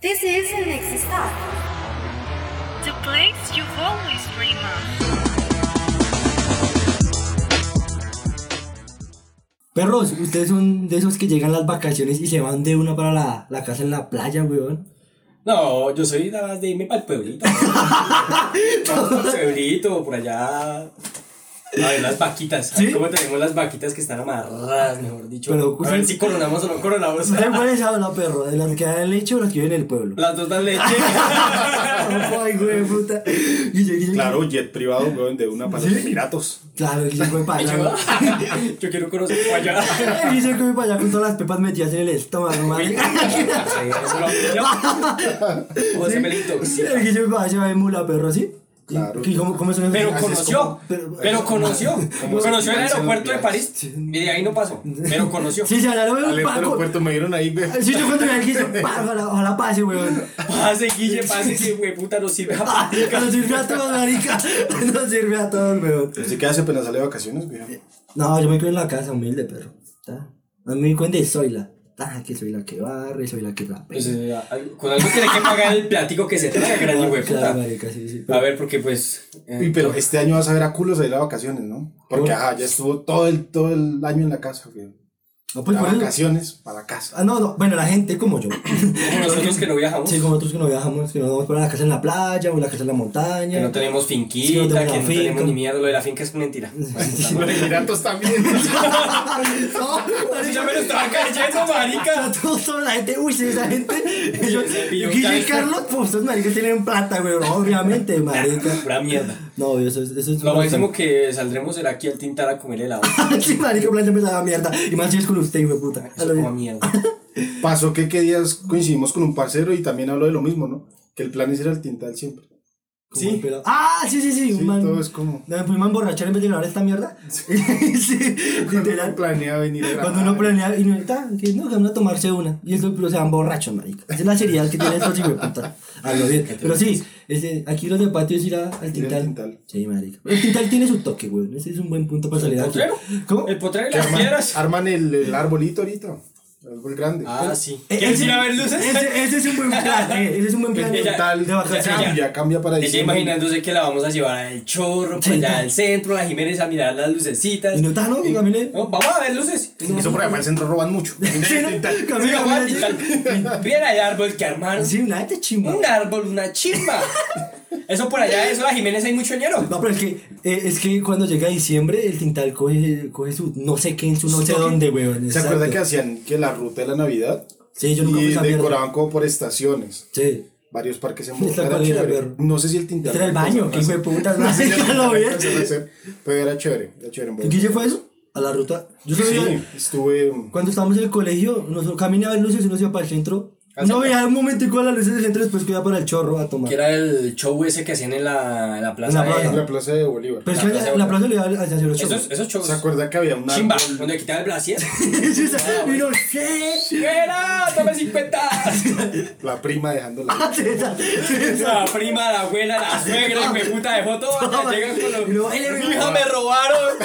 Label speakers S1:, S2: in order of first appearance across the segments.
S1: This isn't Exista.
S2: The place you've always dreamed of.
S3: Perros, ustedes son de esos que llegan las vacaciones y se van de una para la, la casa en la playa, weón.
S4: No, yo soy nada más de irme para el pueblito. Para el pueblito, por allá. A ver, las vaquitas.
S3: ¿Sí?
S4: ¿Cómo tenemos las vaquitas que están amarradas, mejor dicho?
S3: Pero,
S4: a ver si coronamos o no coronamos.
S3: ¿Ustedes cuáles son la perro? ¿De las que dan leche o las que viven en el pueblo?
S4: Las dos dan leche.
S3: Ay, güey, puta. Y yo- y yo-
S5: Claro, jet privado, weón, de una para los Emiratos.
S3: Claro, y se fue para allá. weón.
S4: yo quiero conocer para allá.
S3: Y se fue para allá con todas las pepas metidas en el estómago, madre.
S4: Sí, eso lo apoyo. Como ese pelito.
S3: Sí, el Guillo Ibarra se va de mula, perro, ¿sí?
S5: Claro.
S3: ¿Y cómo, cómo son esos-
S4: Pero
S3: así es
S4: conoció,
S3: como- pero-
S4: pero conoció, conoció el aeropuerto de París
S3: Sí.
S4: y de ahí no pasó, pero conoció.
S3: Sí, se hablaron de
S5: Al
S3: un
S5: este
S3: paco.
S5: aeropuerto me dieron ahí, weón.
S3: Sí, yo cuando me dije, ojalá, ojalá pase, weón.
S4: Pase, Guille, pase, que hueputa nos sirve a
S3: Nos sirve a todos, marica. Nos sirve a todos, weón.
S5: Así que hace apenas sale de vacaciones, weón.
S3: No, yo me quedo en la casa humilde, perro. ¿tá? A mí me cuenta de soy la. tá, Que soy la que barre, soy la que rapea.
S4: Pues, eh, al- con algo tiene que pagar el platico que se trae, gran hijo de
S3: Claro,
S4: puta.
S3: marica, sí, sí.
S4: A ver, porque pues. eh,
S5: Uy, pero este año vas a ver a culos ahí las vacaciones, ¿no? Porque ajá, ya estuvo todo el, todo el año en la casa, weón.
S3: No, pues
S5: Las
S3: por eso-
S5: vacaciones para casa.
S3: Ah, no, no. Bueno, la gente como yo.
S4: como nosotros que no viajamos,
S3: eh, Sí, como otros que no viajamos, que nos vamos para la casa en la playa o la casa en la montaña.
S4: que no tenemos
S3: Sí,
S4: finquita,
S3: no tenemos
S4: que no
S3: finca.
S4: tenemos ni mierda, lo de la finca es mentira.
S5: Los Emiratos también.
S3: No, marica,
S4: ya me lo estaba cayendo, marica.
S3: Todos son la gente, uy, sí, esa gente. Y yo,
S4: pilló
S3: Guille y
S4: cáncer.
S3: Carlos, pues estos maricas tienen plata, güey, no, obviamente, marica.
S4: Pura mierda.
S3: No, eso es. Eso es
S4: Lo máximo que saldremos será aquí al tintar a comer helado.
S3: sí, marica, plan siempre estaba mierda. Y más si es con usted, hijo de puta. A
S4: Eso
S3: lo
S4: como
S3: bien.
S4: mierda.
S5: Pasó que qué días coincidimos con un parcero y también habló de lo mismo, ¿no? Que el plan es ir al tintal siempre.
S3: Como el pelado. Ah, sí, sí, sí.
S5: Sí,
S3: un man,
S5: todo es como.
S3: No, me fuimos a emborrachar en vez de grabar esta mierda. Sí,
S5: Cuando
S3: literal.
S5: uno planea venir a grabar.
S3: Cuando uno planea y no está, que no, que van a tomarse una. Y eso, pero se van borrachos, marica. Esa es la seriedad que tiene estos hijos de puta. A lo bien. Pero sí, este, aquí los de patio es ir a- al tintal.
S5: tintal.
S3: Sí, marica. Pero el tintal tiene su toque, güey. Ese es un buen punto para salir aquí.
S4: ¿Potrero?
S3: ¿Cómo? Ah,
S4: ¿El potrero y
S5: Que
S4: las
S5: arman,
S4: piedras?
S5: arman el, el arbolito ahorita. El árbol grande.
S4: Ah, sí.
S3: E-
S4: ¿Quieres
S3: ese-
S4: ir a ver luces?
S3: Ese, ese es un buen plan, eh, ese es un buen plan.
S4: Ella-
S5: Tal,
S3: de vacaciones.
S5: cambia, cambia para
S4: Ella imaginándose que la vamos a llevar al chorro,
S3: Sí.
S4: para allá al centro, a Jiménez a mirar las lucecitas.
S3: Y no está, ¿no? Camile.
S4: No, vamos a ver luces.
S5: Eso por además el centro roban mucho.
S3: Sí, ¿no? Camile,
S4: Mira,
S3: Camile,
S4: Juan, tal- Mira el árbol que armaron.
S3: Sí, una gente chimba.
S4: Un árbol, una chisma. Eso por allá, eso a Jiménez hay mucho ñero.
S3: No, pero es que, eh, es que cuando llega diciembre, el tintal coge, coge su no sé qué en su no sé dónde, weón.
S5: ¿Se
S3: exacto.
S5: acuerdan que hacían que la ruta de la Navidad?
S3: Sí, yo nunca fui
S5: y
S3: a esa mierda.
S5: decoraban como por estaciones.
S3: Sí.
S5: Varios parques en
S3: Esta
S5: Bogotá. era
S3: cuál era,
S5: chévere.
S3: perro.
S5: No sé si el tintal.
S3: Este era el baño, que hijo de puta, no sé si lo vi.
S5: Pero era chévere, era chévere en Bogotá.
S3: ¿Guille fue a eso? A la ruta. Yo solo
S5: Sí,
S3: iba-
S5: estuve.
S3: cuando estábamos en el colegio, nosotros caminábamos luces y nos iba para el centro.
S5: Ah,
S3: No veía un momento con las luces del centro, después que iba para el chorro a tomar.
S4: Que era el show ese que hacían en la, en la plaza.
S3: En la
S4: de-
S5: En
S3: plaza.
S5: la plaza de Bolívar.
S3: Pero es que
S4: la
S3: la, la plaza le iba a hacer los
S4: Esos,
S3: chorros.
S4: esos shows.
S5: ¿Se acuerda que había un
S4: Chimba,
S5: árbol?
S4: donde quitaban el brasier.
S3: Sí, o sea, y no sé.
S4: ¡Fuera! ¡Tome 50!
S5: La prima dejándola.
S4: La prima, la abuela, la suegra, me puta dejó todo. Llegan con los.
S3: Y luego, "Ay,
S4: Mi hija me robaron.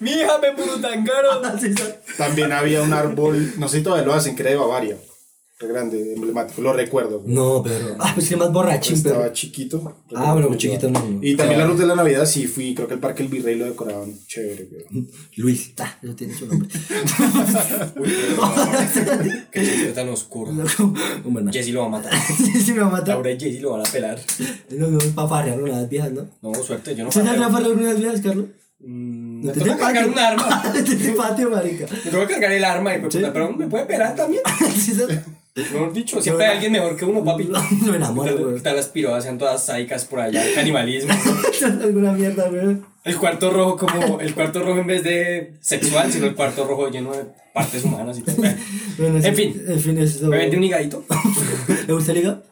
S4: Mi hija me purutangaron.
S3: Sí, o sea,
S5: También había un árbol, no sé si todavía lo hacen, que era de Bavaria. Era grande, emblemático, lo recuerdo.
S3: No, pero. Ah, pues que más borrachín,
S5: Estaba
S3: pero.
S5: chiquito.
S3: Ah, bueno, muy chiquito no.
S5: Y también la ruta de la Navidad sí fui, creo que el Parque El Virrey lo decoraban chévere, güey. Pues
S3: Luis, ta, eso tiene su nombre.
S4: Qué chiste tan oscuro.
S3: Un buen man.
S4: Jessy lo va a matar.
S3: Sí, sí, me va a matar.
S4: Laura y Jessy lo van a pelar.
S3: No, no, es para farrear unas viejas, ¿no?
S4: No, suerte, yo no
S3: ¿Se te va a
S4: farreo.
S3: farrear unas viejas, Carlos?
S4: Mm,
S3: No
S4: Me toca cargar un arma.
S3: Desde el patio, marica.
S4: Me toca cargar el arma. y pues, puta, Pero me puede pelar también.
S3: Sí, sí.
S4: Mejor dicho, siempre hay alguien mejor que uno, papi.
S3: No me enamoro, güey.
S4: Están las piroas, sean todas saicas por allá, canibalismo.
S3: Alguna mierda, güey.
S4: El cuarto rojo como el cuarto rojo en vez de sexual, sino el cuarto rojo lleno de partes humanas y todo.
S3: Bueno,
S4: En
S3: sí,
S4: fin.
S3: En fin, es eso.
S4: Me vendí un higadito.
S3: ¿Le gusta el hígado?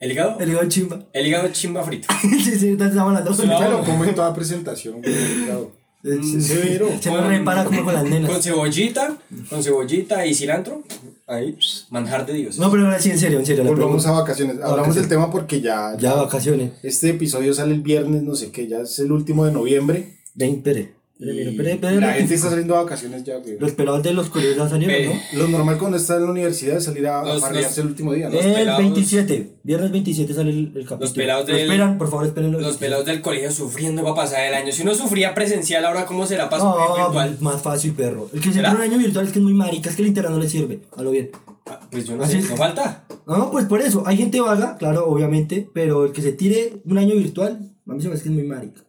S4: El hígado,
S3: El hígado chimba.
S4: el hígado chimba frito.
S3: Sí, sí, entonces estamos las dos.
S5: Me lo como en toda presentación, güey. claro.
S3: Sí, sí.
S5: Pero-
S3: Se me repara como con las
S4: Mm, Con
S3: nenas.
S4: cebollita, con cebollita y cilantro. Ahí, manjar de Dios.
S3: No, pero ahora sí, en serio, en serio. la
S5: Volvamos a
S3: pregunta.
S5: vacaciones. Hablamos del tema porque ya,
S3: Ya vacaciones.
S4: Eh,
S5: este episodio sale el viernes, no sé qué, ya es el último de noviembre.
S3: 20. Pero,
S4: Y
S3: pero, pero, pero,
S5: La gente está saliendo a vacaciones ya, güey.
S3: Los pelados de los curiosos ya salieron, ¿no?
S4: Ve.
S5: Lo normal cuando está en la universidad es salir a, a
S4: Los-
S5: farrearse
S4: los-
S5: el último día, ¿no?
S4: los
S3: el
S4: pelados-
S3: 27, viernes 27 sale el, el capítulo.
S4: pelados
S3: Lo
S4: del-
S3: esperan, por favor, esperen
S4: Los pelados del colegio sufriendo para pasar el año. Si uno sufría presencial, ahora cómo será para sufrir virtual.
S3: más fácil, perro. El que se
S4: ¿Será?
S3: entra un año virtual es que es muy marica, es que el internet no le sirve. A lo bien.
S4: Ah, Pues yo no
S3: Así
S4: sé,
S3: es.
S4: no falta.
S3: No, pues por eso. Hay gente vaga, claro, obviamente, pero el que se tire un año virtual, a mí se me hace que es muy marica.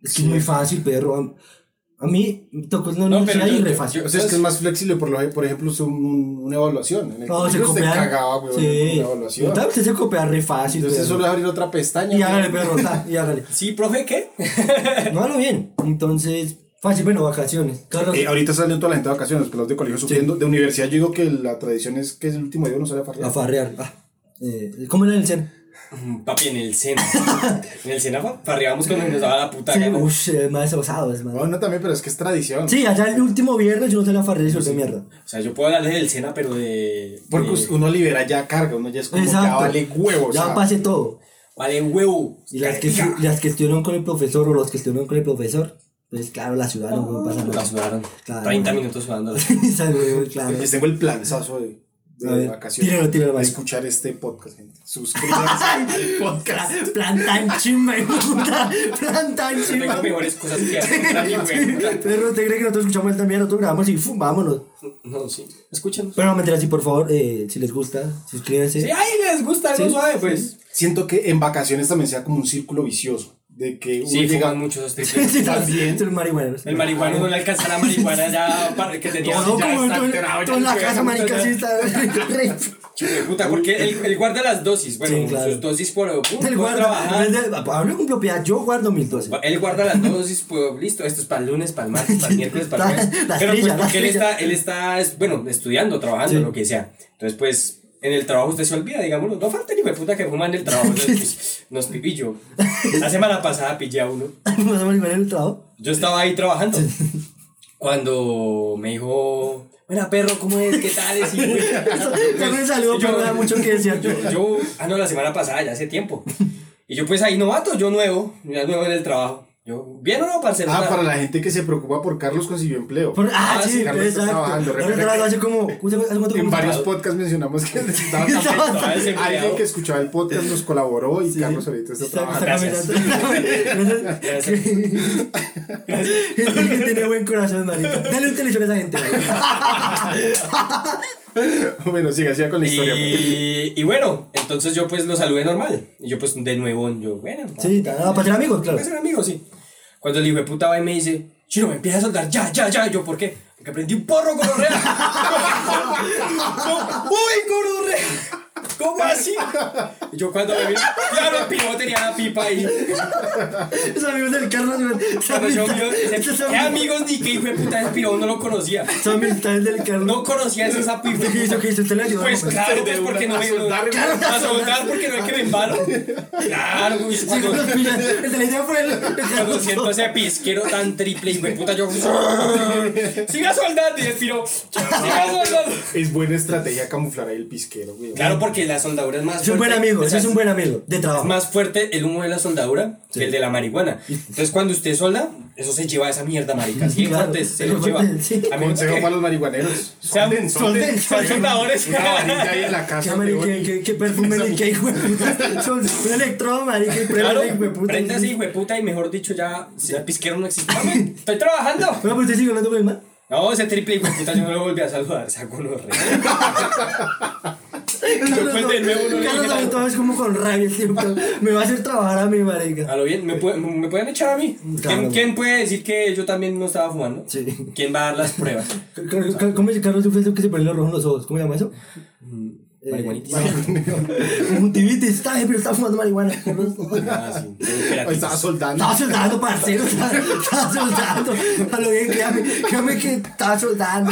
S3: Es que es muy fácil, perro. A, a mí me tocó una
S4: No,
S3: universidad
S4: pero yo-
S3: y re
S4: yo-
S3: fácil.
S5: O sea, es que es más flexible, por, lo, por ejemplo, es un- un- una evaluación. En el
S3: No, se
S5: colegio
S3: copia.
S5: cagaba, güey,
S3: sí.
S5: una evaluación.
S3: Tal vez se copia re fácil.
S5: Entonces
S3: perro.
S5: solo es abrir otra pestaña.
S3: Y
S5: güey.
S3: hágale, perro, ta, y hágale.
S4: Sí, profe, ¿qué?
S3: No, a lo bien. Entonces, fácil, bueno, vacaciones. Carlos,
S5: Eh, ahorita salió toda la gente de vacaciones, pues, los pelados de colegio sufriendo. De universidad yo digo que la tradición es que es el último día uno sale a
S3: a
S5: farrear.
S3: farrear. Ah, eh, ¿Cómo era el CEN?
S4: Mm, Papi, en el seno. en el seno pa- parreábamos cuando nos daba la puta
S3: Sí, eh,
S4: gana.
S3: uff, es más osado, es más.
S5: No, no también, pero es que es tradición.
S3: Sí, allá el último viernes yo no salía a farrear y se volvió mierda.
S4: O sea, yo puedo hablarles del Sena, pero de.
S5: Porque
S4: de-
S5: uno libera ya carga, uno ya es como ya
S3: Exacto.
S5: vale huevo. o
S3: Ya
S5: sea,
S3: pasé todo.
S4: Vale, huevo.
S3: Y las que,
S4: Carica.
S3: las que estuvieron con el profesor o los que estuvieron con el profesor, pues claro, la ciudad no, no pasa
S4: La
S3: nada.
S4: sudaron.
S3: Claro.
S4: 30 minutos sudándola.
S3: Salud, claro.
S5: eh, Les tengo el planzazo de, de
S3: A ver,
S5: vacaciones.
S3: tíralo, tíralo,
S5: a
S3: Mike.
S5: escuchar este podcast, gente. Suscríbanse al podcast.
S3: Plan tan chimba, hijo de puta. Plan tan chimba.
S4: Tengo mejores cosas que hacer. la mi huevo.
S3: Perro, ¿te crees que nosotros escuchamos esta mierda? Nosotros grabamos y ¡fum! vámonos.
S4: No, sí. Escúchanos.
S3: Pero no mentira, sí, por favor, eh, si les gusta, suscríbanse.
S4: Sí, ah, ay, les gusta algo
S3: Sí.
S4: suave, pues.
S5: Siento que en vacaciones también sea como un círculo vicioso. De que uno
S4: Sí, este
S5: llega.
S4: llegan muchos esos
S3: Sí,
S4: triples.
S3: sí,
S5: también.
S3: Son marihuaneros.
S4: El marihuano no le alcanza la marihuana ya para que tenía.
S3: Todo
S4: ya
S3: como en
S4: está
S3: todo-
S4: alterado, ya
S3: todo en la
S4: el
S3: casa,
S4: hijo de puta
S3: marica, sí
S4: ya-
S3: está. re-
S4: Hijo de Puta, porque él, él guarda las dosis. Bueno,
S3: Sí, claro.
S4: sus dosis por. uh,
S3: Él
S4: por
S3: guarda.
S4: trabajar.
S3: él de- Hablo con propiedad, yo guardo mil dosis.
S4: Él guarda las dosis, pues listo, esto es para el lunes, para el martes, para el miércoles, para el
S3: Las-
S4: jueves.
S3: las
S4: Pero pues
S3: trillas, las
S4: porque él
S3: trillas.
S4: está, él está, es- bueno, estudiando, trabajando,
S3: Sí.
S4: lo que sea. Entonces, pues, en el trabajo usted se olvida, digámoslo. No falta ni me puta que fuma en el trabajo. Entonces, pues, nos pipillo. La semana pasada pillé a uno.
S3: Vamos a marihuana en el trabajo.
S4: Yo estaba ahí trabajando. Cuando me dijo, bueno, perro, ¿cómo es? ¿Qué tal? Es? Y, güey,
S3: Ya me salió,
S4: yo-
S3: pero me da mucho que decir.
S4: yo, yo- ah, no, la semana pasada, ya hace tiempo. Y yo, pues ahí novato, yo nuevo, ya nuevo en el trabajo. Yo, ¿bien o no, parcero?
S5: Ah, para la gente que se preocupa por Carlos consiguió empleo.
S3: Por- ah,
S4: Ah,
S3: sí,
S4: sí,
S5: Carlos está
S3: exacto.
S5: trabajando,
S3: Ahora
S5: recuerda
S3: trabajo hace como. ¿hace cuánto- hace cuánto
S5: En
S3: como-
S5: varios podcasts mencionamos que necesitaba
S3: Estaba-
S5: también.
S4: estaba desempleado.
S5: Alguien que escuchaba el podcast nos colaboró y Carlos ahorita está
S3: Está-
S5: trabajando.
S3: está
S4: Gracias.
S3: caminando. Gracias.
S4: Gracias.
S3: Gente que tiene buen corazón, marica. Dale un televisor a esa gente. marica.
S5: Bueno, siga, siga con la historia. pues.
S4: Y, y bueno, entonces yo pues lo saludé normal. Y yo pues de nuevo, yo, bueno,
S3: Sí, nada, para ser amigos, claro.
S4: puede ser amigo, sí. Cuando el hijo de puta va y me dice, Chino, me empieza a soltar, ya, ya, ya. Yo, ¿por qué? Porque prendí un porro con ¡Uy, gonorrea! ¿Cómo así? Y yo cuando me vi, claro, el pivo tenía la pipa ahí.
S3: Esos amigos del Carlos, güey. Esa
S4: Cuando yo vi,
S3: amistad-
S4: ese-
S3: esa
S4: ¿qué amigos ni qué hijo de puta ese pirón no lo conocía.
S3: esa amistad del Carlos.
S4: No conocía ese sapito.
S3: ¿Qué hizo? ¿Qué hizo? ¿Usted le ayudó?
S4: Pues
S3: Pues,
S4: claro,
S5: de
S4: pues
S5: una,
S4: porque no
S5: a
S4: me
S5: soldar,
S4: claro, a soldar porque no es que me embalo. Claro, güey.
S3: Sí, con
S4: Cuando,
S3: los pillas. El televisor fue el. el
S4: cuando
S3: Carlos.
S4: siento ese pisquero tan triple y puta yo. Siga soldando y el tiro. Siga soldando.
S5: Es buena estrategia camuflar ahí el pisquero, güey.
S4: Claro, porque la soldadura es más
S3: Es un buen amigo, ese es un buen amigo de
S4: Es
S3: trabajo.
S4: más fuerte el humo de la soldadura que el de la marihuana. Entonces, cuando usted solda, eso se lleva a esa mierda, marica. Sí,
S3: Claro,
S4: fuerte, se
S3: pero
S4: lo lleva.
S3: fuerte, sí.
S4: A menos
S5: Consejo
S4: que
S5: para los marihuaneros.
S4: sean-
S5: Solden,
S3: solden,
S5: solden.
S4: sean soldadores.
S5: Una varilla ahí en la
S3: Qué
S5: casa.
S3: marica,
S5: güey.
S3: qué- qué perfume ni qué hijo de puta. Son un electrón, marica, y
S4: Claro,
S3: prende hijo de puta.
S4: prenda ese hijo de puta y mejor dicho ya, si el pisquero no existe. ¡Mami, ¡Estoy trabajando!
S3: Bueno, pues usted sigue hablando con el man.
S4: No, ese triple hijo de puta yo no lo volví a saludar, saco los reyes.
S3: Carlos,
S4: pues, de nuevo, no
S3: Carlos
S4: le dije nada.
S3: Alberto es como con rabia siempre. Me va a hacer trabajar a mi marica.
S4: A lo bien, ¿me, puede- me pueden echar a mí? ¿Quién,
S3: Claro.
S4: quién puede decir que yo también no estaba fumando?
S3: Sí.
S4: ¿Quién va a dar las pruebas?
S3: Car- car- ¿Cómo dice Carlos? Sufre eso que se pone los rojos en los ojos. ¿Cómo se llama eso?
S4: Mm,
S3: Eh,
S4: Marihuanitis.
S3: Conjuntivitis. Está bien, pero está fumando marihuana. Carlos.
S4: Ah, sí, tengo
S5: Ahí Estaba
S4: queratitis.
S5: soldando.
S3: Estaba soldando, parcero. Estaba estaba soldando. A lo bien, créame. Créame que estaba soldando.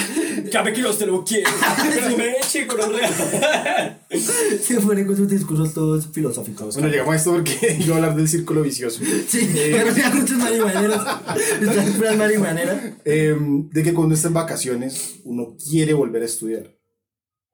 S4: Ya ve que yo te lo quiero. Pero me eche con los reyes.
S3: Se pone con sus discursos todos filosóficos.
S5: Bueno, llegamos a esto porque iba a hablar del círculo vicioso.
S3: Sí, pero sí hay muchos marihuaneros. Están puras marihuaneras.
S5: Eh, de que cuando está en vacaciones uno quiere volver a estudiar.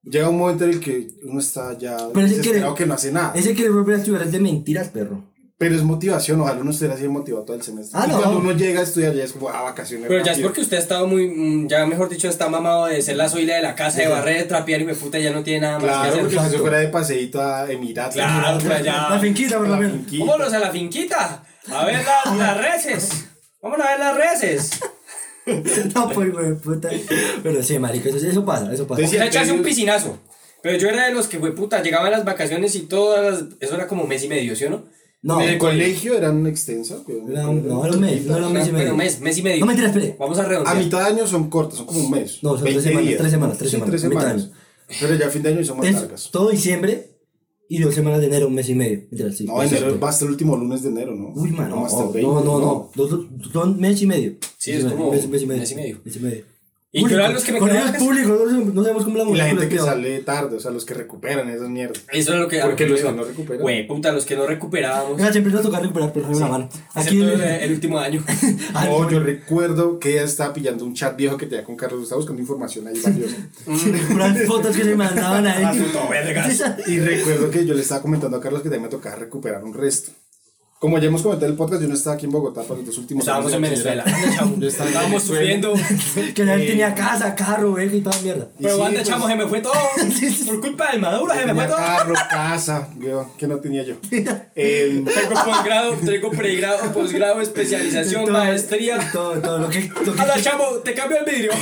S5: Llega un momento en el que uno está ya
S3: Pero ese
S5: desesperado
S3: quiere-
S5: que no hace nada.
S3: Ese quiere volver a estudiar es de mentiras, perro.
S5: Pero es motivación, ojalá uno estuviera así motivado todo el semestre.
S3: Ah,
S5: Y
S3: no.
S5: cuando uno llega a estudiar ya es como, ah, vacaciones.
S4: Pero ya es
S5: rápido.
S4: porque usted ha estado muy, mm, ya mejor dicho, está mamado de ser la soila de la casa, de barrer, trapear y me puta, ya no tiene nada más
S5: Claro,
S4: que
S5: porque
S4: hacer.
S5: si yo fuera de paseíto a Emiratos.
S4: Claro, por
S5: Pues
S4: allá.
S3: La finquita, por lo
S5: La
S3: menos.
S5: finquita.
S4: Vámonos a la finquita, a ver las, las reses. Vámonos a ver las reses.
S3: No, pues, hijo de puta. Pero sí, marica, eso, eso pasa, eso pasa.
S5: Decía-
S4: Se echase un piscinazo. Pero yo era de los que, güey, puta, llegaban las vacaciones y todas las... Eso era como mes y medio, ¿sí o no?
S3: No,
S5: En el colegio eran extensas. güey.
S3: era un- no, era un mes, no era un mes y
S4: Pero
S3: medio.
S4: mes, mes y medio.
S3: No, mentira, espere.
S4: Vamos a
S5: A
S4: redondear.
S5: mitad de año son cortas, son como un mes.
S3: No, son tres
S5: 20
S3: semanas,
S5: días.
S3: tres semanas, tres
S5: Sí,
S3: semanas, a mitad de
S5: semanas. Pero ya a fin de año son más
S3: Es
S5: largas.
S3: todo diciembre y dos semanas de enero, un mes y medio. Literal, sí.
S5: No, enero va hasta el último lunes de enero, ¿no?
S3: Uy, mano.
S5: Como
S3: No,
S5: hasta el
S3: no,
S5: 20,
S3: no, no. Dos- dos- Son mes y medio.
S4: Sí, es
S3: Mes y
S4: como
S3: medio,
S4: mes y medio.
S3: Mes y medio.
S4: Y yo era los que me
S3: Con
S4: quedaba
S3: ellos
S4: casi-
S3: públicos, no sabemos- no sabemos cómo la
S5: Y la
S3: molécula
S5: gente que
S3: quedó.
S5: sale tarde, o sea, los que recuperan esas mierdas.
S4: Eso era lo que... a
S5: Porque
S4: lo
S5: los
S4: iba.
S5: que no recuperan.
S4: Güey, puta, los que no recuperábamos.
S3: Oiga, siempre nos toca recuperar, pero no la mano. Aquí
S4: Excepto el, el último año.
S3: Ah,
S5: No,
S3: no.
S5: yo recuerdo que ella estaba pillando un chat viejo que tenía con Carlos, estaba buscando información ahí valiosa.
S3: unas fotos que se mandaban ahí.
S4: Asusto, vergas.
S5: y recuerdo que yo le estaba comentando a Carlos que también me tocaba recuperar un resto. Como ya hemos comentado en el podcast, yo no estaba aquí en Bogotá para los dos últimos
S4: Estábamos en
S5: de
S4: Venezuela.
S5: bachillerato.
S4: Anda, chavo.
S5: Yo estaba en
S4: Estábamos
S5: Venezuela.
S4: subiendo.
S3: Que él tenía casa, carro, viejo y toda mierda.
S4: Pero
S5: sí,
S4: banda,
S5: pues.
S4: chamo, se me fue todo. Por culpa del Maduro, se me fue
S5: Tenía
S4: todo.
S5: carro, casa, yo, que no tenía yo. Em,
S4: Tengo posgrado, tengo pregrado, posgrado, especialización,
S3: Todo-
S4: maestría.
S3: Todo, todo, lo que. Lo que
S4: Anda, chamo, te cambio el vidrio.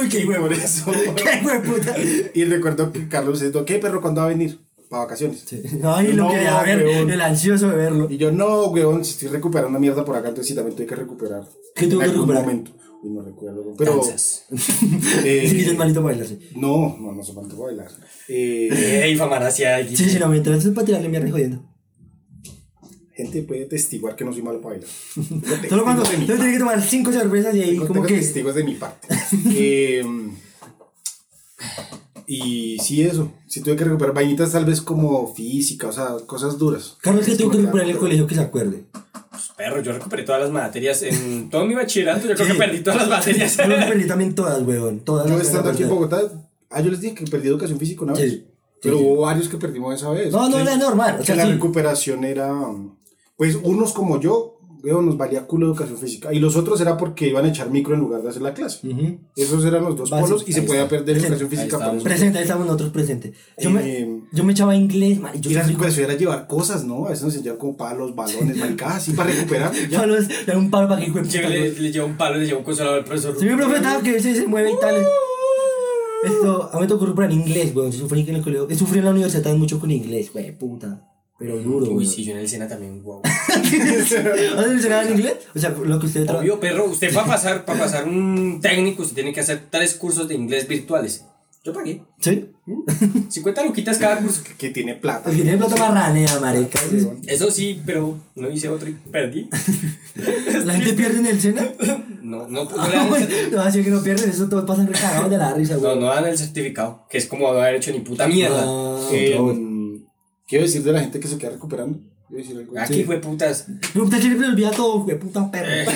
S3: Uy, qué huevo,
S5: por eso.
S3: qué huevo, puta.
S5: Y recuerdo que Carlos se dijo, ¿qué perro cuándo va a venir? Para vacaciones.
S3: Ay, lo
S5: No,
S3: quería ver,
S5: huevón.
S3: el ansioso de verlo.
S5: Y yo, no, weón, si estoy recuperando mierda por acá, entonces sí, también tuve que recuperar.
S3: ¿Qué tuvo
S5: En
S3: que
S5: algún
S3: recuperar?
S5: momento. Uy, no recuerdo. Pero.
S4: Danzas.
S5: eh,
S3: Sí, que el malito baila, sí.
S5: no, no, no se faltó bailar. Eh,
S4: Eh, infamar hacia alguien.
S3: Sí, sí, no, mientras es para tirarle mierda y jodiendo.
S5: gente puede testiguar que no soy malo para bailar.
S3: Solo cuando
S5: Testigos de mi
S3: yo tenía que tomar cinco cervezas y ahí
S5: No
S3: como
S5: tengo
S3: que...
S5: testigos de mi parte. Em, y sí, eso. Sí tuve que recuperar vainitas tal vez como física, o sea, cosas duras.
S3: Carlos, que tengo que
S5: Como
S3: recuperar en el
S5: claro.
S3: colegio que se acuerde.
S4: Perro, yo recuperé todas las materias en todo mi bachillerato. Yo creo
S3: Sí.
S4: que perdí todas las materias.
S3: Yo me perdí también todas, weón. Todas.
S5: Ah, Yo
S3: las-
S5: estando aquí en
S3: las-
S5: Bogotá, ah, yo les dije que perdí educación física una
S3: Sí,
S5: vez.
S3: sí,
S5: pero
S3: sí.
S5: hubo varios que perdimos esa vez.
S3: No, no,
S5: Sí.
S3: era normal. O
S5: Que
S3: sea,
S5: la
S3: sí.
S5: recuperación era. um, Pues unos como yo, veo, nos valía culo educación física. Y los otros era porque iban a echar micro en lugar de hacer la clase.
S3: Ujú.
S5: Esos eran los dos
S3: Básico.
S5: polos y se
S3: Ahí
S5: podía
S3: está.
S5: perder educación
S4: Ahí
S5: física.
S4: estamos.
S5: por eso.
S3: Presente, ahí estamos nosotros presentes. Yo, me,
S5: Eh,
S3: yo me echaba inglés, man. y Yo
S5: Y la
S3: soy-
S5: recuperación era llevar cosas, ¿no? A veces nos enseñaban como palos, balones, maricadas, así para recuperar. ya.
S3: Solo es dar un palo para que hijo de puta,
S4: Yo le,
S3: weón.
S4: le llevo un palo, le llevo un consolador al profesor.
S3: Sí, mi profe estaba que se, se mueve y tal. Esto, a mí me tocó recuperar inglés, weón. Yo sufrí en el colegio. Yo sufrí en la universidad también mucho con inglés, weón, puta. Pero duro,
S4: Uy,
S3: weón.
S4: sí, yo en el Sena también, wow.
S3: ¿Has mencionado en inglés? O sea, lo que usted trabaja.
S4: Obvio, perro, usted para pasar, para pasar un técnico, usted tiene que hacer tres cursos de inglés virtuales. Yo pagué.
S3: ¿Sí?
S4: 50 luquitas cada curso.
S5: Que- Que tiene plata.
S3: El que tiene plata marranea, marica.
S4: Eso sí, pero no hice otro y perdí.
S3: La gente pierde en el cena.
S4: No, no, no, le
S3: Ah,
S4: dan el cer-
S3: güey, No, así que no pierden, eso todos pasan recagados de la risa,
S4: no,
S3: güey.
S4: no dan el certificado, que es como no haber hecho ni puta mierda.
S3: Ah,
S5: Eh,
S3: no.
S5: Quiero decir de la gente que se queda recuperando. Quiero decir algo.
S4: Aquí fue putas.
S3: Pero usted siempre olvida todo, güey, puta
S4: Eh.
S3: perro.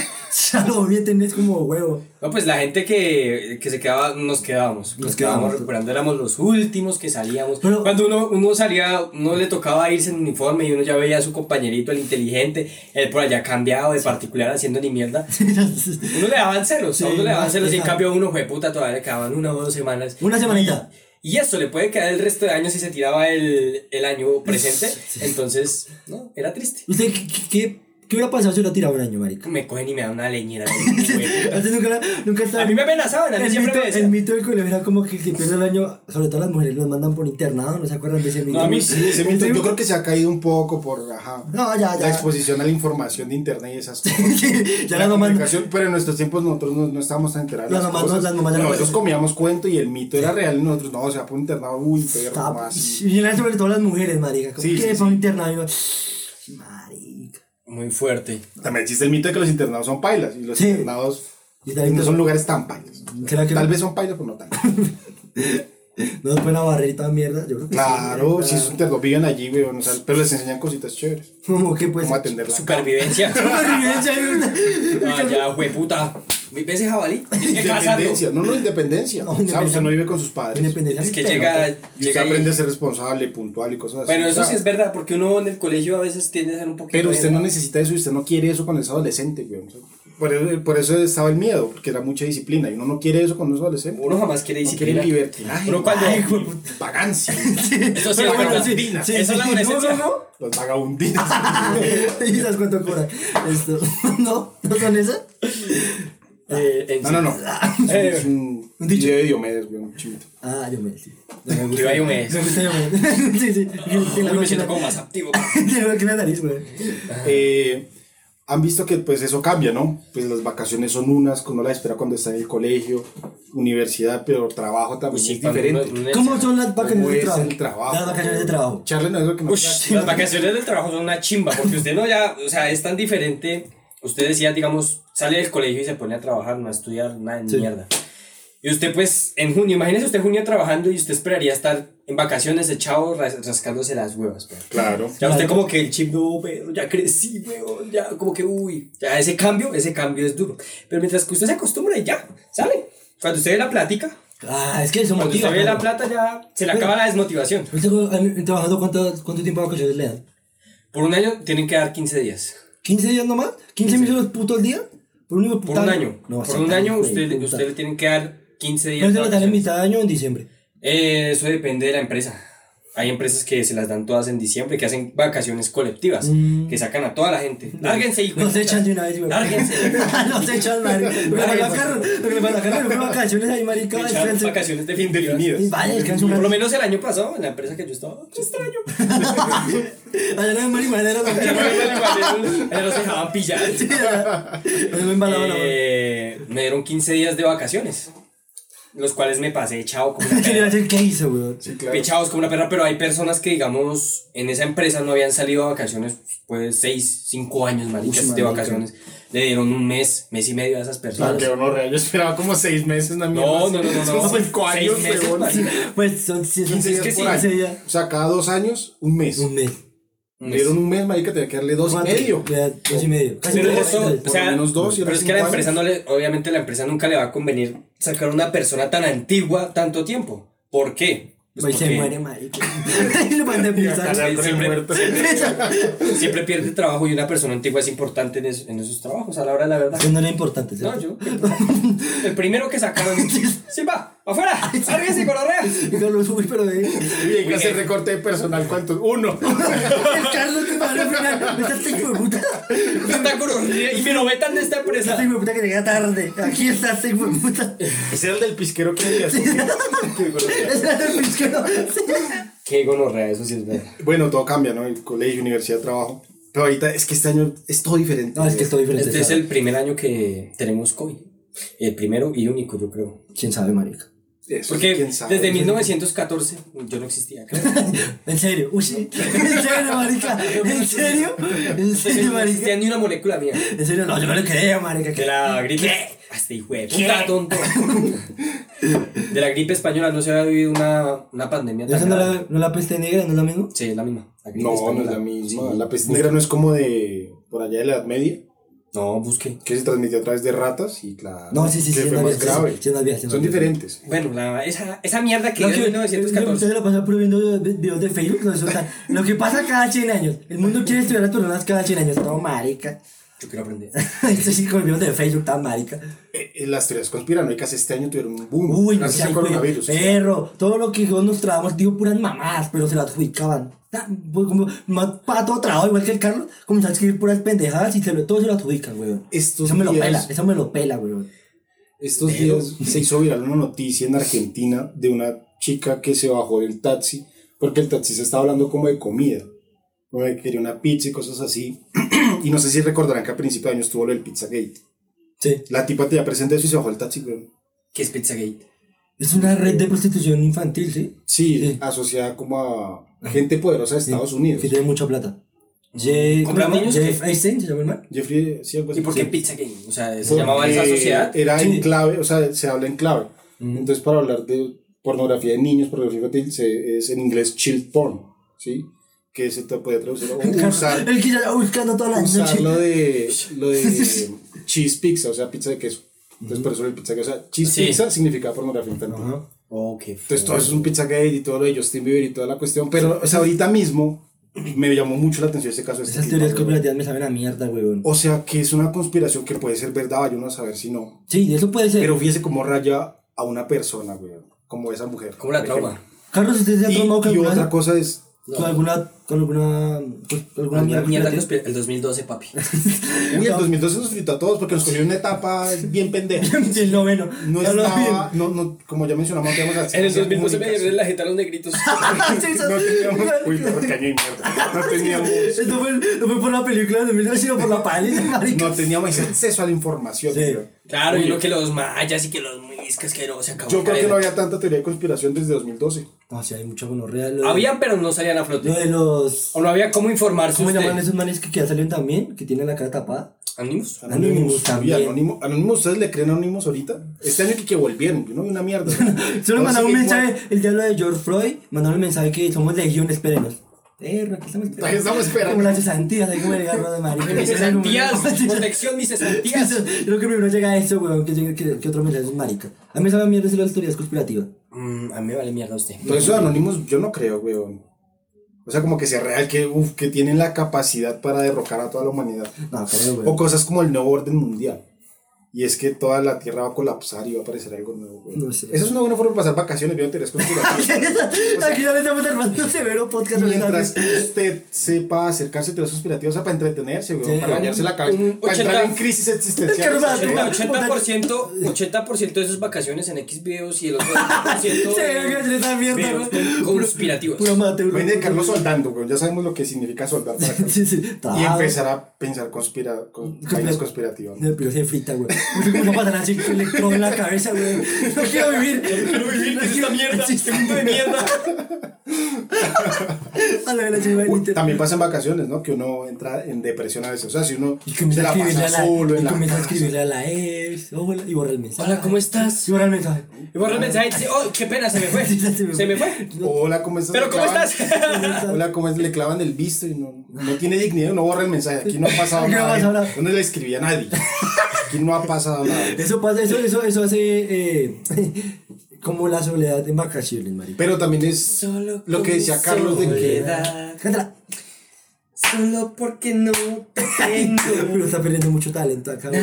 S3: Ya lo vi, tenés como huevo.
S4: No, pues la gente que, que se quedaba, nos quedábamos. Nos,
S3: Nos
S4: quedábamos
S3: quedábamos.
S4: recuperando, éramos los últimos que salíamos.
S3: Pero-
S4: Cuando uno, uno salía, uno le tocaba irse en uniforme y uno ya veía a su compañerito, el inteligente, el por allá cambiado de particular haciendo ni mierda. Uno le daban ceros, a uno le daban
S3: más
S4: ceros y en
S3: pesado.
S4: cambio a uno, fue puta, todavía le quedaban una o dos semanas.
S3: Una semanita.
S4: Y eso le puede quedar el resto de años si se tiraba el, el año presente. Entonces, no, era triste.
S3: ¿Usted qué, qué- qué, qué hubiera pasado si lo tiraba un año, marica?
S4: Me cogen y me dan una leñera. güey.
S3: Antes nunca, nunca estaba-
S4: a mí me amenazaban, a mí
S3: El
S4: siempre
S3: mito,
S4: me decían.
S3: el mito del colegio era como que si pierde el año, sobre todo las mujeres los mandan por internado, no se acuerdan de ese mito.
S4: No, a mí
S5: Sí, ese mito, yo creo que se ha caído un poco por ajá,
S3: No, ya, ya.
S5: la exposición a la información de internet y esas cosas.
S3: Sí, ya las
S5: la
S3: mamás.
S5: comunicación, pero en nuestros tiempos nosotros no, no estábamos tan enterados. de
S3: Las mamás no,
S5: cosas.
S3: las mamás ya no
S5: nosotros
S3: pueden.
S5: comíamos cuento y el mito era real y nosotros no, o sea, por un internado, uy, perro,
S3: Estaba-
S5: más.
S3: Y era sobre todo las mujeres, marica. Como
S5: Sí,
S3: que
S5: sí,
S3: para un internado, yo, marica.
S4: Muy fuerte.
S5: También existe el mito de que los internados son pailas y los
S3: Sí.
S5: internados
S3: Y también
S5: no
S3: te-
S5: son lugares tan pailas.
S3: ¿Será que
S5: Tal
S3: no?
S5: vez son pailas, pero no tan.
S3: No después la barrita mierda, yo creo que
S5: Claro,
S3: sí.
S5: si son internados, viven allí, weón, o sea, pero les enseñan cositas chéveres.
S3: Como que pues.
S5: Cómo atender la
S4: Supervivencia.
S3: Supervivencia, güey.
S4: Ah, ya, güey, puta. ¿Ves ese jabalí? Tienes que cazarlo.
S5: Independencia, no, no, independencia.
S3: No,
S5: O sea,
S3: independencia.
S5: usted no vive con sus padres.
S3: Independencia.
S4: Es que
S3: pero-
S4: llega,
S5: Y usted
S4: llega ahí.
S5: aprende a ser responsable, puntual y cosas así.
S4: Bueno,
S5: o
S4: eso
S5: sea,
S4: sí es verdad, porque uno en el colegio a veces tiende a ser un poquito.
S5: Pero usted
S4: de-
S5: no necesita eso y usted no quiere eso cuando es adolescente, güey. O sea, Por eso, por eso estaba el miedo, porque era mucha disciplina. Y uno no quiere eso cuando es adolescente.
S4: Uno jamás quiere
S5: No quiere
S4: disciplina.
S5: libertinaje.
S4: Uno cuando.
S5: Ay, güey, vagancia.
S4: Eso sí,
S3: Pero
S4: es
S3: bueno,
S4: verdad.
S3: sí,
S4: Esa
S3: sí,
S4: es
S3: sí,
S4: la
S3: sí, no,
S4: adolescencia.
S3: no, no.
S5: Los vagabundinos.
S3: ¿Y sabes cuánto cobra? Esto. ¿No? ¿No son esas?
S4: Eh, en-
S5: No, no, no.
S4: Eh,
S5: Es un
S3: un dicho.
S5: video de Diomedes, güey, un chimito.
S3: Ah, yo me sí.
S4: Yo ahí me-
S3: Me gusta yo me. Sí, sí. Tiene
S4: Uy,
S3: algo
S4: me
S3: que
S4: siento
S3: la-
S4: como más activo.
S3: Tiene algo que la nariz, güey.
S5: Eh, han visto que pues eso cambia, ¿no? Pues las vacaciones son unas, que uno las espera cuando está en el colegio, universidad, pero trabajo también
S4: Pues Sí,
S5: es
S4: cuando uno-
S5: diferente.
S4: uno-
S3: ¿Cómo son las
S5: ¿Cómo
S3: vacaciones de
S5: es
S3: trabajo?
S5: el trabajo?
S3: Las vacaciones de trabajo.
S5: Charlen a eso que no
S4: Ush, las vacaciones del trabajo son una chimba, porque usted no ya, o sea, es tan diferente. Usted decía, digamos, sale del colegio y se pone a trabajar, no a estudiar, nada de mierda. Y usted, pues, en junio, imagínese usted en junio trabajando y usted esperaría estar en vacaciones echado ras- rascándose las huevas, pero.
S5: Claro.
S4: Ya usted como que el chip, no, pero ya crecí, weón, ya como que, uy, ya ese cambio, ese cambio es duro. Pero mientras que usted se acostumbra y ya, ¿sabe? Cuando usted ve la plática,
S3: Ah, es que eso
S4: cuando
S3: motiva.
S4: usted ve la
S3: claro.
S4: plata ya se le acaba la desmotivación.
S3: Ahorita, ¿Han trabajado cuánto, cuánto tiempo de vacaciones le dan?
S4: Por un año tienen que dar 15 días.
S3: ¿15 días nomás? ¿15 mil euros putos al día? Por un, hijo de
S4: Por
S3: puta-
S4: un año.
S3: No,
S4: por
S3: sí,
S4: un año
S3: hijo de
S4: usted,
S3: puta.
S4: usted le tienen que dar 15 días.
S3: ¿No se
S4: de
S3: lo dan en
S4: vacaciones.
S3: mitad de año o en diciembre?
S4: Eh, eso depende de la empresa. Hay empresas que se las dan todas en diciembre, que hacen vacaciones colectivas, que sacan a toda la gente. Lárguense, hijo. de
S3: No se
S4: puta.
S3: Mm. echan de una vez, güey.
S4: Lárguense.
S3: no se echan, marica. Lo que para la carro, lo que para la carro, lo que para vacaciones ahí, marica.
S4: Echar
S3: descansen.
S4: vacaciones definitivas.
S5: Indefinidas.
S3: Vaya, descansa un
S4: Por lo
S3: rato.
S4: menos el año pasado, en la empresa que yo estaba, te extraño.
S3: Allá no hay marihuanero, güey.
S4: Allá nos dejaban pillar.
S3: Allá no hay balabala, güey.
S4: Eh, me dieron 15 días de vacaciones, los cuales me pasé echado como una
S3: Yo le iba a
S4: perra.
S3: decir, ¿Qué hizo, güey?
S5: Sí, claro.
S4: Echados como una perra, pero hay personas que, digamos, en esa empresa no habían salido a vacaciones, pues, 6, 5 años, maricas,
S3: Uy,
S4: de
S3: marica.
S4: vacaciones. Le dieron un mes, mes y medio a esas
S5: Ah,
S4: personas.
S5: qué honor, yo esperaba como seis meses, una mierda.
S4: No, no, no, no, no.
S5: Son cinco
S4: Seis
S5: años,
S4: meses,
S5: huevón.
S4: marica.
S3: Pues son sí, son
S5: 15 días
S3: sí,
S5: por
S3: sí,
S5: año.
S3: sí, ya.
S5: O sea, cada dos años, un mes.
S3: Un mes.
S5: Le dieron un mes, marica, tenía que darle dos y
S3: ¿Cuánto?
S5: medio.
S3: Le da Dos y medio. Casi
S4: Pero
S3: tres.
S4: eso, o
S5: por
S4: sea,
S5: lo menos dos, y
S4: pero
S5: ahora
S4: es que a la
S5: cinco
S4: empresa no le, obviamente la empresa nunca le va a convenir sacar una persona tan antigua tanto tiempo. ¿Por qué? Pues
S3: Pues se
S4: porque
S3: muere, marica. Y lo mandan a
S5: Para
S3: pisar.
S5: hablar con el
S4: Siempre-
S5: muerto.
S4: siempre pierde trabajo y una persona antigua es importante en, es- en esos trabajos, a la hora de la verdad.
S3: Eso no era importante,
S4: No,
S3: ¿cierto?
S4: yo. El primero que sacaron. ¡Sí, va! ¡Afuera! ¡Sárguese, gonorrea!
S3: No lo subí, pero eh.
S5: Y hay que hacer recorte de personal, ¿cuántos? Uno.
S3: El Carlos que paró al final. Está este hijo de puta.
S4: Está gonorrea y me lo vetan de esta
S3: Está este
S4: empresa.
S3: hijo de puta que llega tarde. Aquí está este hijo de puta.
S5: Ese era el del pisquero que había.
S3: Ese era el pisquero.
S4: Qué gonorrea, eso sí es verdad.
S5: Bueno, todo cambia, ¿no? El colegio, universidad, trabajo. Pero ahorita es que este año es todo diferente.
S3: No, es que estoy diferente.
S4: Este es
S3: ¿sabe?
S4: el primer año que tenemos COVID. El primero y único, yo creo.
S3: ¿Quién sabe, marica?
S5: Eso,
S4: Porque
S5: quién sabe.
S4: desde 1914 yo no existía. creo.
S3: ¿En serio? Uy, sí. ¿En serio, marica? ¿En serio? ¿En serio,
S4: No
S3: marica?
S4: existía ni una molécula mía.
S3: ¿En serio? No, yo me lo creo, marica.
S4: De
S3: que-
S4: la gripe. Hasta hijo de puta,
S3: ¿Qué?
S4: tonto. De la gripe española no se había vivido una, una pandemia
S3: ¿Esa
S4: tan
S3: no
S4: grave.
S3: la, no la peste negra? ¿No es la misma?
S4: Sí, es la misma. La gripe
S5: No, no
S4: española.
S5: es la misma.
S4: Sí.
S5: La peste negra no es como de por allá de la Edad Media,
S4: No, busqué.
S5: que se transmitió a través de ratas y claro.
S3: No, sí, sí,
S5: que
S3: sí,
S5: fue
S3: no,
S5: más
S3: sí, sí,
S5: grave.
S3: sí, no, sí, no,
S5: Son
S3: sí.
S5: diferentes.
S4: Bueno, la, esa, esa mierda que
S3: Lo
S4: no, en
S3: que, usted
S4: 1914.
S3: se lo pasa viendo videos de Facebook, no resulta. Lo que pasa cada 100 años. El mundo quiere estudiar las turronas cada 100 años. No, marica.
S4: Yo quiero aprender.
S3: Esto sí con videos de Facebook tan marica.
S5: Eh, eh, las teorías conspiranoicas este año tuvieron un boom.
S3: Uy, no sé,
S5: gracias al coronavirus.
S3: perro. Todo lo que yo nos trabamos, digo puras mamás, pero se las adjudicaban. Tan- pues, Como más pato trabajo, igual que el Carlos, comenzó a escribir puras pendejadas y se lo, todo se lo adjudican, weón.
S5: Estos
S3: eso me lo
S5: días-
S3: pela, eso me lo pela, weón.
S5: Estos días se hizo viral una noticia en Argentina de una chica que se bajó del taxi porque el taxi se estaba hablando como de comida, como de que quería una pizza y cosas así. y no sé si recordarán que a principio de año estuvo lo del Pizzagate.
S3: Sí.
S5: La tipa tenía presente eso y se bajó del taxi, pero
S4: ¿Qué es Pizzagate?
S3: Es una red de prostitución infantil, ¿sí?
S5: sí,
S3: Sí.
S5: asociada como a gente poderosa de Estados Unidos.
S3: Que tiene mucha plata. Jeff,
S4: ¿Comprar
S3: ¿cómo se llama?
S4: niños?
S3: Jeff Einstein, ¿se llama el man?
S5: Jeffrey, sí, algo así.
S4: ¿Y por qué
S5: Sí.
S4: Pizzagate? O sea, se
S5: Porque
S4: llamaba esa sociedad.
S5: Era
S3: Sí. Mm.
S5: en clave, o sea, se habla en clave. Entonces, para hablar de pornografía de niños, pornografía infantil, se- es en inglés child porn, ¿sí? Que se te puede traducir o usar,
S3: El que ya está buscando todas las
S5: usar
S3: noches.
S5: lo de, lo de cheese pizza, o sea, pizza de queso. Entonces, por eso el pizza gay, o sea, cheese
S4: Sí.
S5: pizza significa pornografía infantil.
S4: Oh, qué
S5: Entonces, todo eso es un pizza gay y todo lo de Justin Bieber y toda la cuestión. Pero, o sea, ahorita mismo me llamó mucho la atención ese caso. de este
S3: Esas
S5: tipo,
S3: teorías
S5: weón.
S3: conspirativas me saben a mierda, weón.
S5: O sea, que es una conspiración que puede ser verdad, vaya uno a saber si no.
S3: Sí, eso puede ser.
S5: Pero fíjese cómo raya a una persona, weón. Como esa mujer.
S4: ¿Cómo la
S5: por
S4: trauma?
S5: ejemplo.
S3: Carlos, ¿usted se ha
S5: Y,
S3: traumado con
S5: y
S3: alguna-
S5: otra cosa es.
S3: con alguna, con alguna, pues, alguna
S4: Mierda, mierda,
S3: conspirativa?
S4: el 2012, papi.
S5: Uy, el 2012 nos fritó a todos porque nos cogió una etapa bien pendeja.
S3: El noveno.
S5: No
S3: Ya lo
S5: estaba, no, no, como ya mencionamos, teníamos
S4: En el
S5: acceso a
S4: 2012 me dieron
S5: comunicación.
S4: la jeta a los negritos.
S3: Sí, sí,
S5: No teníamos.
S3: sí.
S5: Uy, perro, caño y mierda. No teníamos.
S3: Esto fue, no fue por la película de 2013, sino por la paliza, marica.
S5: No teníamos acceso a la información.
S3: Sí.
S5: weón.
S4: Claro, y lo que los mayas y que los muiscas, que no se acabó.
S5: Yo creo que
S4: cadena.
S5: no había tanta teoría de conspiración desde 2012.
S3: No, sí, hay mucha gonorrea. lo de-
S4: Había, pero no salían a
S3: Lo
S4: flote.
S3: de los...
S4: O no había cómo informarse
S3: ¿Cómo
S4: usted.
S3: llaman esos manes que, que ya salieron también? Que tienen la cara tapada.
S4: ¿Anónimos?
S3: Anonymous
S5: Uy,
S3: también.
S5: Anonymous, Anonymous, ¿ustedes le creen a Anonymous ahorita? Este año que, que volvieron, yo no vi una mierda.
S3: Solo
S5: Ahora
S3: mandaron
S5: sí
S3: un
S5: que igual.
S3: mensaje, el diablo de George Floyd, mandaron un mensaje que somos legión, espérenos. Perro, aquí estamos esperando.
S5: Aquí estamos esperando.
S3: Como las cesantías, ahí como el garro de marica.
S4: Mis cesantías, protección, mis
S3: Eso,
S4: cesantías.
S3: yo creo que primero llega eso, weón, que, llegue- que, que otro mensaje es un marica. A mí esa mierda es las teorías conspirativas.
S4: Mm, a mí me vale mierda usted.
S5: Entonces, eso de Anonymous, yo no creo, weón. O sea, como que sea real, que, uf, que tienen la capacidad para derrocar a toda la humanidad.
S3: No, creo, weón.
S5: O cosas como el nuevo orden mundial. Y es que toda la tierra va a colapsar y va a aparecer algo nuevo, weón.
S3: No sé.
S5: Esa es una buena forma de pasar vacaciones, viendo teorías conspirativas.
S3: Aquí ya le estamos armando un severo podcast.
S5: Mientras
S3: ¿verdad?
S5: usted sepa acercarse a teorías conspirativas, o sea, para entretenerse, weón,
S3: Sí.
S5: para bañarse la cabeza,
S4: Un
S5: para entrar
S4: 80
S5: en crisis
S3: Es que no me da
S5: existencial.
S3: tiempo.
S4: 80%, 80% de sus vacaciones en X videos y el otro
S3: Sí,
S4: 80%
S3: que
S4: en
S3: se está mierda,
S4: videos
S3: weón.
S4: con- conspirativos.
S3: Puro mate, weón.
S5: Viene Carlos soldando, weón, ya sabemos lo que significa soldar para Carlos.
S3: Sí, sí.
S5: Y
S3: Trabado.
S5: empezar a pensar conspira, con, vainas conspirativas.
S3: No, pero se frita, güey. Porque no pasa nada, se electrón en la cabeza, güey. No quiero vivir. No
S4: Quiero vivir, ¿qué es esta mierda?
S3: Sí,
S4: Este mundo de mierda.
S3: A la vez, güey.
S5: Uy, también pasa en vacaciones, ¿no? Que uno entra en depresión a veces. O sea, si uno
S3: Y
S5: se
S3: comienza a
S5: la
S3: escribirle
S5: pasa
S3: a la,
S5: solo
S3: y
S5: en la
S3: comienza a
S5: casa.
S3: escribirle a la ex, hola, y borra el mensaje.
S4: Hola, ¿cómo estás?
S3: Y borra el mensaje.
S4: Y borra el mensaje y dice, oh, qué pena, se me fue.
S3: Sí,
S4: Se me fue.
S5: Hola, ¿cómo estás?
S4: Pero
S5: Le
S4: ¿cómo
S5: clavan-
S4: estás?
S5: Hola, ¿cómo estás? Le clavan el visto y no, no tiene dignidad, no borra el mensaje. Aquí no ha pasado
S3: Aquí no
S5: nada.
S3: pasa
S5: Yo
S3: nada.
S5: no, le escribí a nadie. Aquí no ha pasado nada.
S3: Eso pasa, eso, eso, eso hace eh, como la soledad en vacaciones, marica.
S5: Pero también es
S4: Solo
S5: lo que decía Carlos de que.
S4: soledad,
S3: Cántala.
S4: Solo porque no te tengo
S3: Pero está perdiendo mucho talento acá. güey.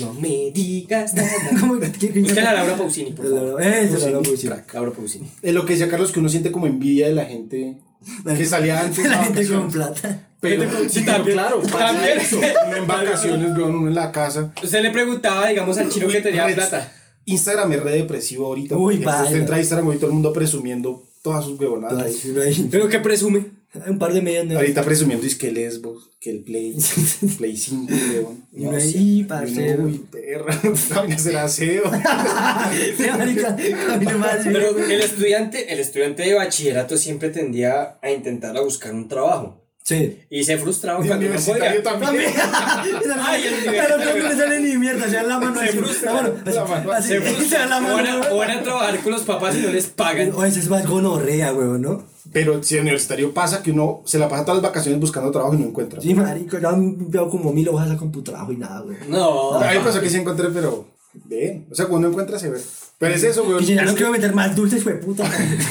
S4: No me digas nada.
S3: ¿Cómo que- que- que-
S4: Busquen a Laura Pausini, por
S3: La-
S4: favor.
S3: Eso, la Laura Pausini.
S4: Laura Pausini.
S5: Es lo que decía Carlos, que uno siente como envidia de la gente que salía antes.
S3: La
S5: a
S3: gente con
S5: vacaciones.
S3: plata.
S5: Pero,
S4: Sí, también.
S5: claro, pasa
S4: También.
S5: eso. Uno en vacaciones, veo uno en la casa.
S4: Usted le preguntaba, digamos, al chino que tenía
S5: Redes-
S4: plata.
S5: Instagram es re depresivo ahorita.
S3: Uy,
S5: Uy,
S3: vaya.
S5: Usted entra a Instagram y todo el mundo presumiendo todas sus huevonadas.
S3: Ay, güey.
S4: Pero que presume.
S3: Un par de medias nuevas.
S5: Ahorita presumiendo es que el Xbox, que el Play, el Play 5, weón.
S3: Y uno ahí,
S5: sé.
S3: parcero.
S5: Uy, perra, también hacer aseo.
S3: Sí, marica, camino más, güey.
S4: Pero el estudiante, el estudiante de bachillerato siempre tendía a intentar a buscar un trabajo.
S3: Sí.
S4: Y se frustraba
S5: Y
S4: cuando no podía.
S5: universitario también.
S3: Ay,
S4: el nivel.
S3: pero no no le sale ni mierda, se da la mano
S4: Se
S3: así,
S4: frustra.
S3: la mano,
S5: La mano,
S3: así,
S4: Se
S3: así, se da
S4: frustran.
S3: la
S4: O van a- o
S3: mano.
S4: van a trabajar con los papás y no les pagan.
S3: O ese es más gonorrea, weón, ¿no?
S5: Pero si el universitario pasa que uno se la pasa todas las vacaciones buscando trabajo y no encuentra.
S3: Sí, marico, yo veo como mil hojas a computrabajo y nada, weón.
S4: No.
S5: A mí me pasó que pues, sí encontré, pero bien. O sea, cuando uno encuentra se ve. Pero es eso, weón.
S3: Y yo ya no quiero meter más dulces, fue puta.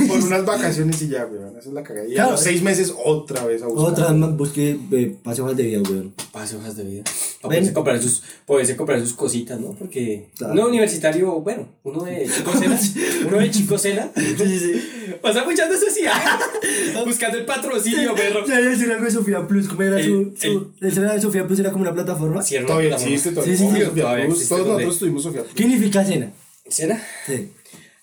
S5: Por unas vacaciones y ya, weón. Esa es la cagada. Y a
S3: Claro.
S5: los seis meses otra vez a buscar.
S3: Otra vez más busqué eh, pase hojas de vida, weón.
S4: Pase hojas de vida.
S3: Ven.
S4: Para poderse comprar sus, poderse comprar sus cositas, ¿no? Porque
S3: Claro.
S4: uno universitario, bueno, uno de chicosela, uno de chicosela,
S3: Sí, sí, sí.
S4: pasa muchas necesidades ah, buscando el patrocinio, perro.
S3: Ya iba a decir algo de Sofía Plus, como era
S4: El-
S3: su. su- el celular de Sofía Plus era como una plataforma.
S4: Cierra
S5: Todavía
S4: la mano.
S5: existe, todavía
S3: Sí, sí,
S5: existe
S3: sí.
S5: Sofía
S4: Todavía
S5: Cruz.
S4: existe,
S5: Todos
S4: todavía.
S5: nosotros tuvimos Sofía Cruz.
S3: ¿Qué significa cena?
S4: ¿Será?
S3: Sí.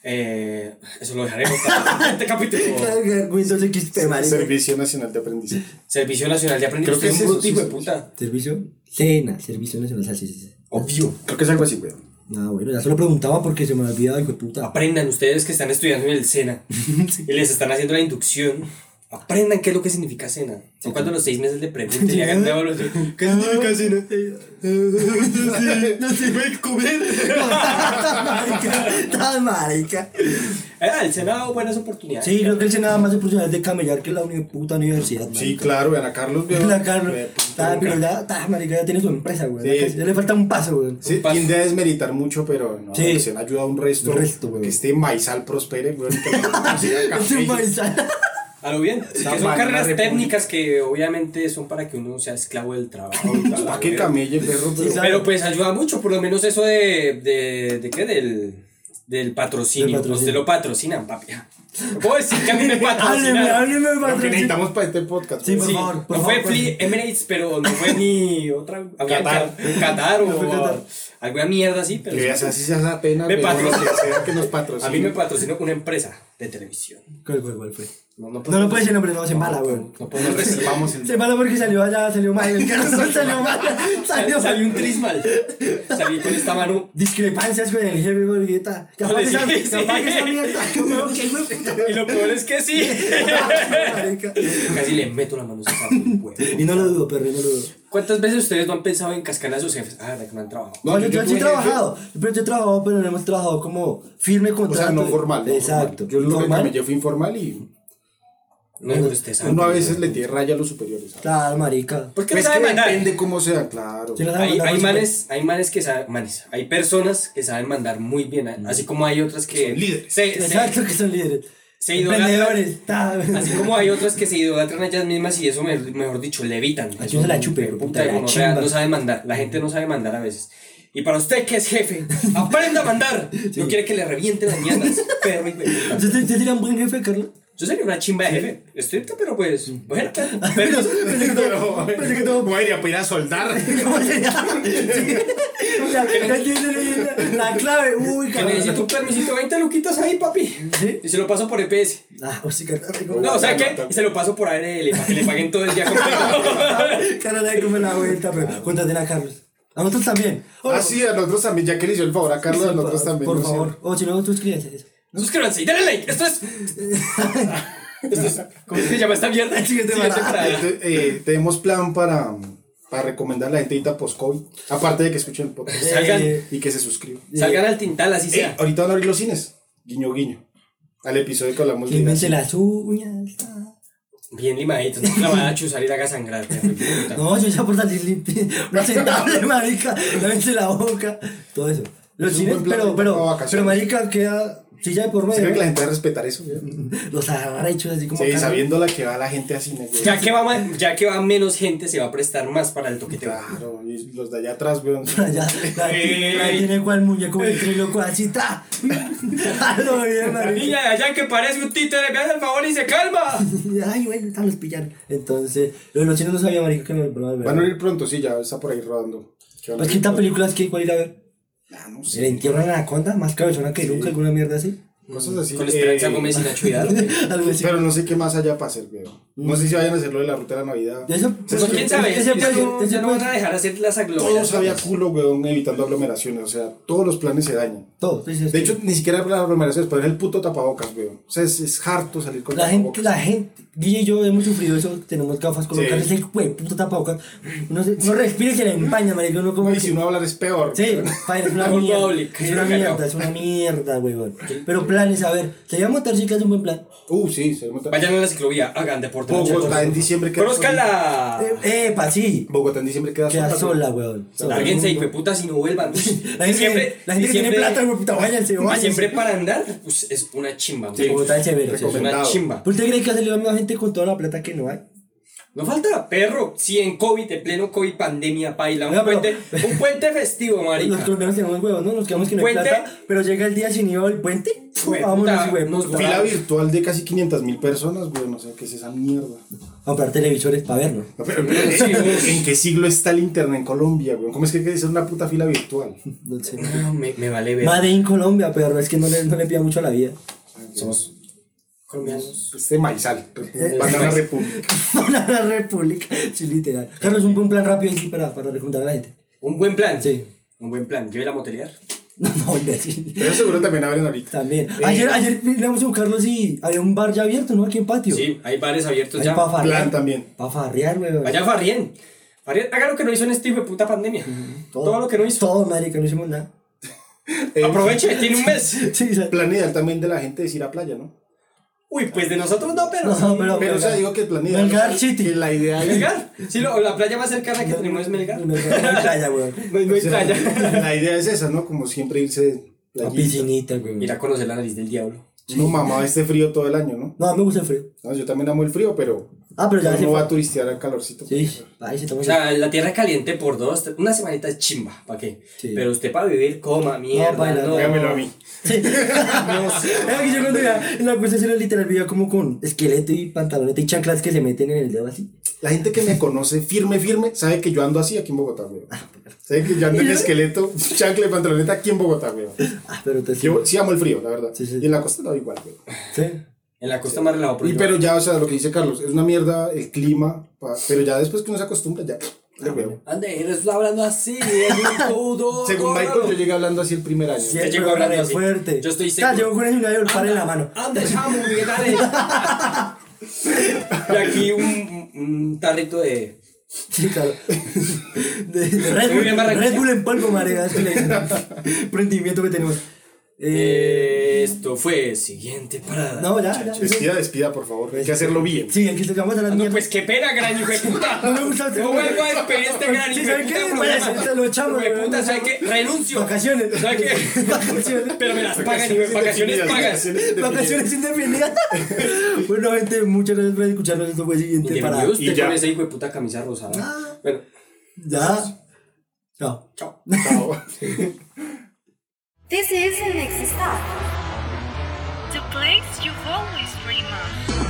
S4: Eh, eso lo dejaremos para este capítulo.
S3: Claro que Windows XP, marico.
S5: Servicio Nacional de Aprendizaje.
S4: Servicio Nacional de Aprendizaje.
S5: Creo que
S4: Usted un
S5: es eso,
S4: bruto, hijo
S5: sí,
S4: de
S5: sí,
S4: puta.
S3: Servicio. Cena, Servicio Nacional. sí, sí, sí.
S4: Obvio.
S5: Creo que es algo así, weón.
S3: Ah, bueno, ya se lo preguntaba porque se me
S5: Ah,
S3: olvidaba, hijo de puta.
S4: Aprendan ustedes que están estudiando en el SENA y les están haciendo la inducción Aprendan qué es lo que significa cena. O cuando a los seis meses le pregunten y hagan de evaluación.
S5: ¿Qué
S3: Ah,
S5: significa cena? No se puede comer.
S3: Tan marica, tan marica.
S4: Ah, el Senado, buenas oportunidades.
S3: Sí, creo que él se nada más de oportunidades de camellar que la uni- puta universidad.
S5: Sí,
S3: marica.
S5: claro, Ana Carlos. veo.
S3: La Carlos,
S5: Eh,
S3: ta, pero ya, ta, marica, ya tiene su empresa, güey.
S5: Sí.
S3: Ya casi- Ya le falta un paso, güey.
S5: Sí,
S4: Un paso.
S5: tiende a desmeritar mucho, pero no,
S3: Sí.
S5: se le ha ayudado un resto.
S3: Un resto, Este güey.
S5: que este maizal prospere, güey. que la sociedad
S3: Ese
S5: cambie.
S3: paisa.
S4: A lo bien. Sí, que son
S5: Vaina
S4: carreras
S5: República.
S4: técnicas que obviamente son para que uno sea esclavo del trabajo. y tal,
S5: ¿Para qué
S4: güey.
S5: camelle, perro? Pero-
S3: sabe.
S4: Pero pues ayuda mucho, por lo menos eso de. ¿De, de qué? Del. Del
S3: Del
S4: patrocinio.
S3: patrocinio.
S4: Usted lo patrocinan, papi. Puedo decir que a mí me
S3: Hábleme,
S4: patrocinaron.
S3: hábleme,
S5: Lo que
S3: patrón.
S5: necesitamos para este podcast.
S3: Sí,
S5: güey.
S3: por
S4: Sí,
S3: favor, por
S4: no fue
S3: favor,
S4: Fli- Emirates, pero no fue ni otra. había
S5: Qatar.
S4: Ca- Qatar o
S3: No fue Qatar.
S4: alguna mierda así, pero.
S5: Que ya sea, si se hace pena,
S4: Me
S5: pero lo
S4: patrocina.
S5: que sea que nos patrocine.
S4: a mí me patrocinó una empresa de televisión.
S3: ¿Cuál, cuál, cuál fue?
S4: No, no
S3: No
S4: podemos-
S3: lo puede decir nombre, no, se embala, güey.
S4: No podemos recibir.
S5: Vamos en-
S3: Se embala porque salió allá, salió mal. El corazón salió mal. Salió
S4: Sal- Salí un
S3: mal.
S4: trismal. Salí con esta mano.
S3: Discrepancias con el jefe, güey. puta. Capaz que esa
S4: Sí, sí.
S3: capaz que esa mierda. güey, que güey,
S4: Y lo peor es que sí.
S3: marica.
S4: Casi le meto la mano a esa huevo.
S3: Y no lo dudo, perro, y no lo dudo.
S4: ¿Cuántas veces ustedes no han pensado en cascar a sus jefes? Ah, verdad que no han trabajado.
S5: No,
S3: No, yo, yo sí he
S5: tuve jefe-
S3: trabajado, pero yo he trabajado, pero no hemos trabajado como firme
S5: O
S3: contrato.
S5: sea, no formal. no
S3: Exacto.
S5: formal. Yo lo que
S3: ¿Formal? Ah,
S5: camellé fue informal y
S4: No, pero ustedes saben.
S5: uno a veces le tiene raya a los superiores. ¿sabes?
S3: Claro, marica.
S4: ¿Por qué no
S5: Pues que
S4: saben mandar?
S5: depende cómo sea, claro.
S3: Sí, no sabe
S4: Hay,
S3: mandar
S4: hay
S3: los-
S4: manes, hay manes que saben, manes, hay personas que saben mandar muy bien, a- así como hay otras que
S5: Son líderes.
S4: se- se-
S3: Exacto, que son líderes.
S4: se idolatran,
S3: Emprendedores. ta.
S4: así como hay otras que se idolatran a ellas mismas y eso me- mejor dicho levitan.
S3: A yo se la chupe,
S4: Puta,
S3: puta, la
S4: gonorrea,
S3: chimba.
S4: no sabe mandar, la gente no sabe mandar a veces. Y para usted que es jefe, aprenda a mandar. No quiere que le reviente las mierdas, perro y perro.
S3: ¿Usted usted sería un buen jefe, Carlos?
S4: Yo sería una chimba de jefe, estricto, pero pues, bueno, pero eh,
S5: Pero, voy a ir a ir a soldar.
S3: ¿Cómo sería? Sí. La, ya tiene la, la clave. Uy,
S4: que
S3: cabrón.
S4: necesito un permisito, 20 luquitas ahí, papi.
S3: ¿Sí?
S4: Y se lo paso por E EPS.
S3: Ah, pues sí, Carlos.
S4: No, o sea que se lo paso por ARL para que le paguen todo el día completo.
S3: Carlos, hay que comer la vuelta, pero contraten a Carlos. A nosotros también. O-
S5: Ah, sí, a nosotros también, ya que le hizo el favor a Carlos, a nosotros también.
S3: Por
S5: no sé.
S3: favor. O si no, tú escríbete eso.
S4: Suscríbanse y denle like. Esto es. Esto es- ¿Cómo se llama esta mierda?
S3: Siguiente parada.
S4: parada.
S5: Entonces, eh, tenemos plan para, para recomendar a la gente ahorita post-COVID. Aparte de que escuchen el podcast
S4: Salgan.
S3: Eh,
S5: y que se suscriban.
S4: Salgan al tintal, así
S5: Eh,
S4: sea.
S5: ahorita van a abrir los cines. Guiño, guiño. Al episodio que hablamos de.
S3: Límense las uñas. ta.
S4: Bien limaditos, no te la van a chuzar y la haga sangrar. perro de puta.
S3: No, yo ya por salir limpio. Una sentable, marica. Lávense la boca. Todo eso. Los
S5: Es un
S3: cines,
S5: buen plan
S3: pero,
S5: para
S3: pero,
S5: vacaciones.
S3: pero, marica, queda silla de por
S5: Creo que la
S3: medio.
S5: gente va a respetar eso. güey.
S3: Los arrechos así como.
S5: Sí,
S3: Carlos.
S5: sabiendo la que va la gente a cine. güey.
S4: Ya que, va, ma- ya que va menos gente, se va a prestar más para el toqueteo.
S5: Claro, y los de allá atrás, weón.
S3: Allá, la,
S4: Ey.
S3: la tiene cual muñeco ventríloco así, ta. A lo bien,
S4: La
S3: marica.
S4: niña de allá que parece un títere, me hace el favor y se calma.
S3: Ay, bueno, están los pillaron. Entonces, lo de los chinos no sabía, marica, que me lo probaban,
S5: Van a
S3: ¿verdad?
S5: ir pronto, sí, ya está por ahí rodando. ¿Qué van a
S3: Pues,
S5: abrir?
S3: ¿qué tan películas que igual ir a ver?
S5: Ah, no
S3: ¿El
S5: sé.
S3: entierro de la anaconda? Más cabezona que nunca, alguna mierda así.
S5: Cosas así.
S4: Con Esperanza
S5: eh,
S4: Gómez y Nacho Hidalgo. Pues,
S3: Algo así.
S5: Pero no sé qué más allá para hacer, weón. No sé si vayan a hacer lo de la ruta de la Navidad.
S3: Eso-
S5: Es
S4: Pues,
S5: que
S4: ¿Quién sabe?
S3: ese
S4: Es que
S3: puede-
S4: no-
S3: ese
S4: ya no
S3: puede-
S4: van a dejar hacer las
S5: Todo sabía
S4: aglomeraciones.
S5: culo, weón, evitando aglomeraciones. O sea, todos los planes se dañan.
S3: Todo. sí, sí, sí.
S5: De hecho, ni siquiera las aglomeraciones, pero es el puto tapabocas, weón. O sea, es, es harto salir con
S3: La gente,
S5: tapabocas.
S3: la gente, Guille y yo hemos sufrido eso, tenemos gafas colocadas,
S5: Sí.
S3: el güey, puto tapabocas, uno, se, uno respira y se le empaña, marica, uno como...
S5: Y si uno hablar es peor.
S3: Sí, padre, es una
S4: Con
S3: mierda,
S4: doble,
S3: es una
S4: creo que
S3: mierda,
S4: no.
S3: es una mierda, weón. Pero planes, a ver, se llama motocicleta es un buen plan.
S5: Uh, sí, se monta-
S4: Vayan a la ciclovía, hagan deporte.
S5: Bogotá en diciembre queda
S4: Conozcan
S5: sola.
S4: la.
S3: Eh, epa, sí,
S5: Bogotá en diciembre queda
S3: queda sola,
S5: sola, weón.
S3: weón.
S5: Sola.
S4: Lárguense y putas y no vuelvan.
S3: La gente,
S4: Siempre-
S3: la gente que tiene
S4: siempre-
S3: plata, weón, puta, váyanse, váyanse.
S4: Siempre para andar pues, es una chimba.
S3: Sí,
S4: güey.
S3: Bogotá es chévere,
S4: Es una
S5: recomendado.
S4: chimba.
S3: ¿Usted cree que hace la misma gente con toda la plata que no hay?
S4: No falta perro. Si en COVID, en pleno COVID, pandemia, baila. Un,
S3: Oiga, pero-
S4: puente, un puente festivo, marica.
S3: Los colombianos tenemos huevos, ¿no? Nos quedamos que no hay
S4: Puente.
S3: plata, pero llega el día sin IVA el puente,
S4: Güey,
S3: vámonos,
S4: puta,
S3: weón.
S4: nos
S5: Fila virtual de casi 500 mil personas, weón. O sea, ¿qué es esa mierda?
S3: a comprar televisores para vernos.
S5: No, pero- pero-
S4: Sí, güey.
S5: ¿En qué siglo está el internet en Colombia, weón? ¿Cómo es que hay que hacer una puta fila virtual?
S3: No sé.
S4: No, me, me vale ver.
S3: Made in Colombia, pero es que no le, no le pida mucho a la vida.
S4: Somos colombianos.
S5: Este maizal, Banana República.
S3: Para la República, sí, literal. Carlos, un buen plan rápido aquí para, para recomendar a la gente.
S4: Un buen plan.
S3: Sí.
S4: Un buen plan. Lleve la motelear.
S3: No, no, imbécil.
S5: Pero seguro también abren ahorita.
S3: También.
S5: Eh,
S3: Ayer, ayer miramos con Carlos y había un bar ya abierto, ¿no? Aquí en patio.
S4: Sí, hay bares abiertos
S3: Ahí
S4: ya.
S3: pa' farrear.
S5: Plan también.
S3: Pa' farrear, weón.
S4: Allá Farrien. Farrien, haga lo que no hizo en este hijo de puta pandemia. Todo. lo que no hizo.
S3: Todo, marica, no hicimos nada.
S5: Eh,
S4: Aproveche, tiene un mes.
S3: Sí, o sea,
S5: Plan ideal también de la gente es ir a playa, ¿no?
S4: Uy, pues de nosotros no, pero.
S3: No,
S4: sí.
S3: pero-
S5: Pero, o sea, digo que el plan ideal.
S3: Melgar
S5: que-
S3: City.
S5: Que la idea es.
S4: Melgar. Sí, lo- la playa más cercana que tenemos es Melgar.
S3: no, no, no hay playa, weón.
S4: No hay- no hay
S5: o sea,
S4: playa.
S5: La idea es esa, ¿no? Como siempre irse.
S3: La
S5: playita.
S3: piscinita, weón.
S4: Ir a conocer la nariz del diablo.
S5: No mamá este frío todo el año, ¿no?
S3: No, me gusta el frío.
S5: No, yo también amo el frío, pero
S3: Ah, pero ya se
S5: no
S3: fue.
S5: va a turistear al calorcito.
S3: Sí, ahí se toma
S4: O sea, la tierra caliente por dos, tre- una semanita es chimba, ¿para qué?
S3: Sí.
S4: Pero usted para vivir, coma, mierda,
S3: baila,
S4: no.
S5: Hágamelo a mí.
S3: Sí. no sé. Es que yo cuando veía en la cuestión era literal veía como con esqueleto y pantaloneta y chanclas que se meten en el dedo así.
S5: La gente que me conoce firme, firme, sabe que yo ando así aquí en Bogotá, güey. Sabe que yo ando en esqueleto, chancla y pantaloneta aquí en Bogotá, güey.
S3: Ah, pero entonces.
S5: Yo sí amo el frío, la verdad.
S3: Sí, sí.
S5: Y en la costa no igual, güey.
S3: Sí.
S4: En la costa más relajado,
S5: Y
S4: yo-
S5: pero ya, o sea, lo que dice Carlos, es una mierda el clima, pa- pero ya después que uno se acostumbra, ya, le huevo.
S4: Ande, eres hablando así, es un todo.
S5: Según Michael, yo llegué hablando así el primer año.
S3: Sí,
S4: Te
S3: pero
S4: llegó hablando
S3: re
S4: así.
S3: fuerte.
S4: Yo estoy
S3: Ya,
S4: seguro.
S3: llegó con el gimnasio, el par en la mano.
S4: Ande, chamo, ¿qué tal? Y aquí un, un tarrito de.
S3: Sí, claro. De, de Red,
S4: Muy
S3: Bull,
S4: bien, Barranquilla.
S3: Red Bull en polvo, marega. Es el emprendimiento que tenemos. Eh,
S4: Eh, esto fue siguiente parada.
S3: no, ya, ya.
S5: Despida, despida, por favor. Hay que hacerlo bien.
S3: Sí, aquí se vamos a la
S4: No,
S3: mierda.
S4: pues qué pena, gran hijo de puta.
S3: No me gusta el
S4: No
S3: segundo.
S4: vuelvo a despedir este gran
S3: Sí,
S4: hijo de
S3: ¿saben qué?
S4: puta.
S3: Pues,
S4: programa.
S3: se lo echamos,
S4: Hijo de
S3: weón.
S4: puta, ¿saben qué? Renuncio.
S3: Vacaciones.
S4: ¿Saben qué?
S3: Vacaciones.
S4: Pero me las pagan, hijo de vacaciones pagas.
S3: Vacaciones indefinidas. bueno, gente, muchas gracias por escucharnos. Esto fue siguiente para. Ah.
S4: Bienvenido
S5: Y
S4: usted
S5: ya.
S4: con esa hijo de puta camisa rosada. Bueno,
S3: Ya. Chao.
S4: chao.
S5: Chao.
S2: This is an Exist The place you've always dreamed of.